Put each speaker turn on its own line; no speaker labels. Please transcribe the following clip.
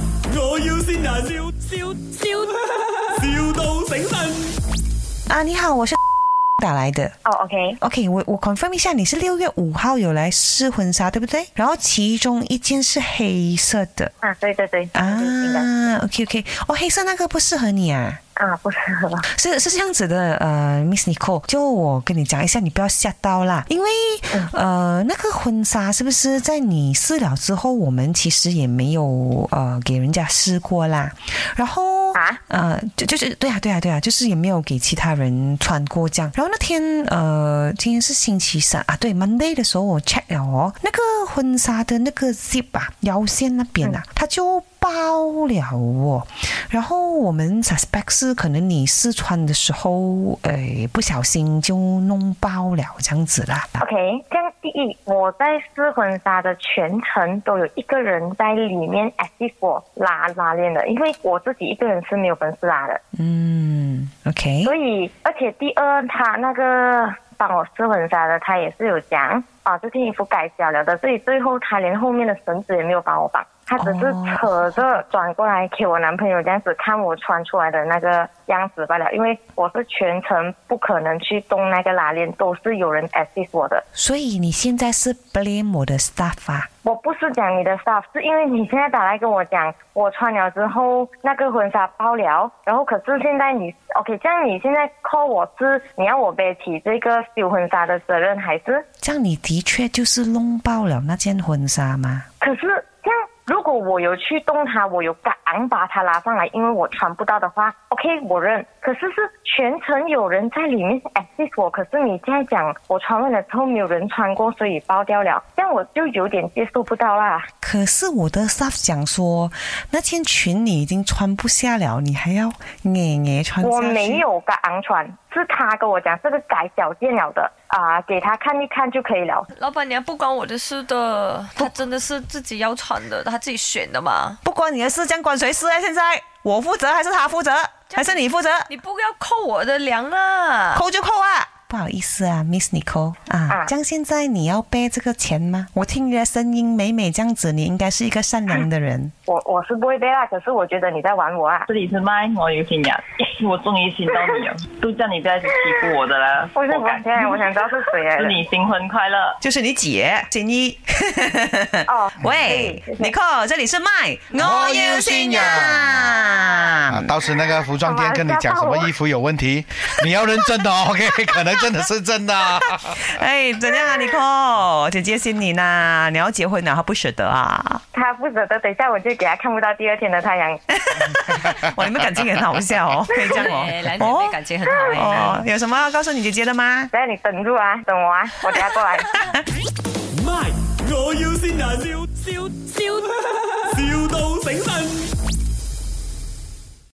要先人，笑笑笑，, 笑到醒神。
啊，你好，我是 打来的。
哦，OK，
OK，我我 confirm 一下，你是六月五号有来试婚纱，对不对？然后其中一件是黑色的
啊，对对对，
啊
应该
，OK OK，哦，黑色那个不适合你啊。
啊，不适合。
是是这样子的，呃，Miss Nicole，就我跟你讲一下，你不要吓到啦，因为
嗯
呃，那个婚纱是不是在你试了之后，我们其实也没有呃给人家试过啦，然后
啊
呃，就就是对啊对啊对啊，就是也没有给其他人穿过这样。然后那天呃，今天是星期三啊，对，Monday 的时候我 check 了哦，那个婚纱的那个 zip 啊，腰线那边啊，它就包了哦。然后我们 suspect 是可能你试穿的时候，诶、不小心就弄爆了这样子啦。
OK，这样第一，我在试婚纱的全程都有一个人在里面 a s i 我拉拉链的，因为我自己一个人是没有本事拉的，
嗯，OK，
所以而且第二，他那个帮我试婚纱的，他也是有讲啊，这件衣服改小了的，所以最后他连后面的绳子也没有帮我绑。他只是
哦
扯着转过来给我男朋友这样子看我穿出来的那个样子罢了，因为我是全程不可能去动那个拉链，都是有人 assist 我的。
所以你现在是 blame 我的 staff 啊？
我不是讲你的 staff，是因为你现在打来跟我讲，我穿了之后那个婚纱爆了，然后可是现在你 OK，这样你现在 call 我是你要我背起这个修婚纱的责任还是？
这样你的确就是弄爆了那件婚纱吗？
可是这样，如果我有去动它，我有敢把它拉上来，因为我穿不到的话，OK，我认。可是是全程有人在里面 assist 我，可是你现在讲我穿完了之后没有人穿过，所以爆掉了，这样我就有点接受不到啦。
可是我的 staff 讲说，那件裙你已经穿不下了，你还要捏捏穿下去？
我没有改昂船，是他跟我讲这个改小件了的啊、给他看一看就可以了。
老板娘不关我的事的，她真的是自己要穿的，她自己选的嘛。
不关你的事，这样关谁事啊？现在我负责还是他负责，还是你负责？
你不要扣我的粮啦！
扣就扣啊！不好意思啊，Miss Nicole 啊
啊，
这样现在你要背这个钱吗？我听你的声音美美这样子，你应该是一个善良的 人。
我我是不会背啦，可是我觉得你在玩我啊。
这里是麦，我有请人， 我终于请到你了，都叫你不要一直欺负我的啦，
为什么？
敢
现在我想知道是谁来
祝
的。
你新婚快乐。
就是你姐锦衣，
哦，
喂
谢谢
，Nicole，这里是麦，我要新人。
啊，到时那个服装店跟你讲什么衣服有问题，你要认真的哦，OK，可能真的是真的啊。
哎，怎样啊，Nicole？姐姐心你呢？你要结婚了，她不舍得啊。
他不舍得，等一下我就给他看不到第二天的太阳。
哇，你们感情很好笑哦，可以这样
哎两姐
哦
妹。感情很好哎、
哦，有什么要告诉你姐姐的吗？
等一下你等住啊，等我啊，我等一下过来。
My，我要先人，笑笑笑，